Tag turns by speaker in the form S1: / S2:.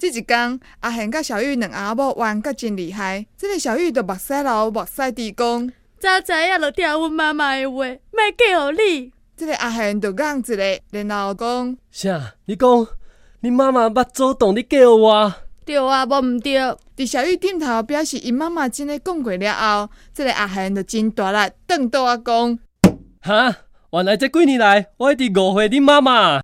S1: 一天，阿贤甲小玉两阿某冤甲真厉害，即、个小玉就目屎流目屎滴讲，即、
S2: 早知影就听阮妈妈的话，莫嫁互你。
S1: 个阿贤就讲一个，然后讲，
S3: 啥？你讲你妈妈捌主动你叫我？
S2: 对啊，无毋对，
S1: 伫小玉点头表示因妈妈真诶讲过了后，即、个阿贤就真大力瞪倒啊讲。
S3: 哈？原来这几年来，我一直误会你妈妈。